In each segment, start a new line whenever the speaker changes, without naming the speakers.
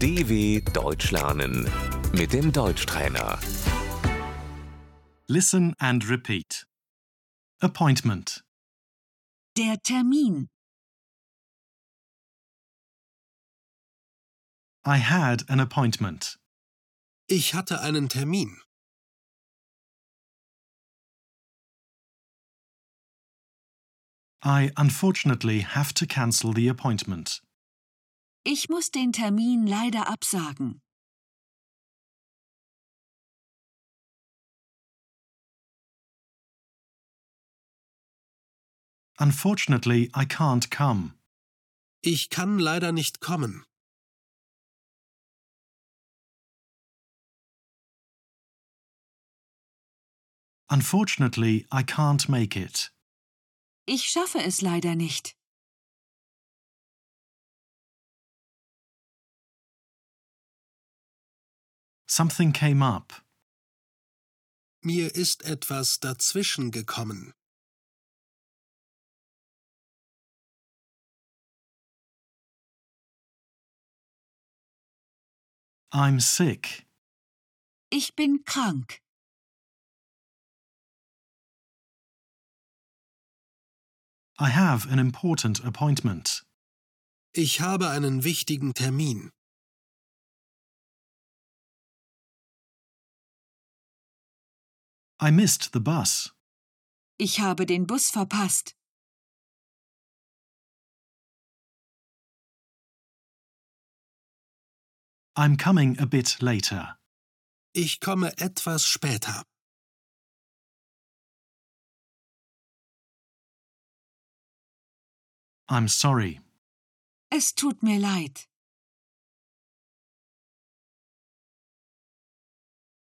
DW Deutsch lernen mit dem Deutschtrainer.
Listen and repeat. Appointment.
Der Termin.
I had an appointment.
Ich hatte einen Termin.
I unfortunately have to cancel the appointment.
Ich muss den Termin leider absagen.
Unfortunately, I can't come.
Ich kann leider nicht kommen.
Unfortunately, I can't make it.
Ich schaffe es leider nicht.
Something came up.
Mir ist etwas dazwischen gekommen.
I'm sick.
Ich bin krank.
I have an important appointment.
Ich habe einen wichtigen Termin.
I missed the bus.
Ich habe den Bus verpasst.
I'm coming a bit later.
Ich komme etwas später.
I'm sorry.
Es tut mir leid.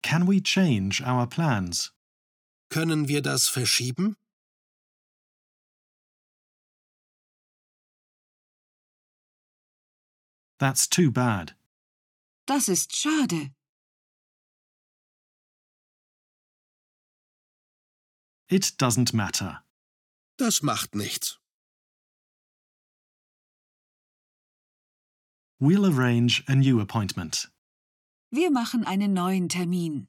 Can we change our plans?
Können wir das verschieben?
That's too bad.
Das ist schade.
It doesn't matter.
Das macht nichts.
We'll arrange a new appointment.
Wir machen einen neuen Termin.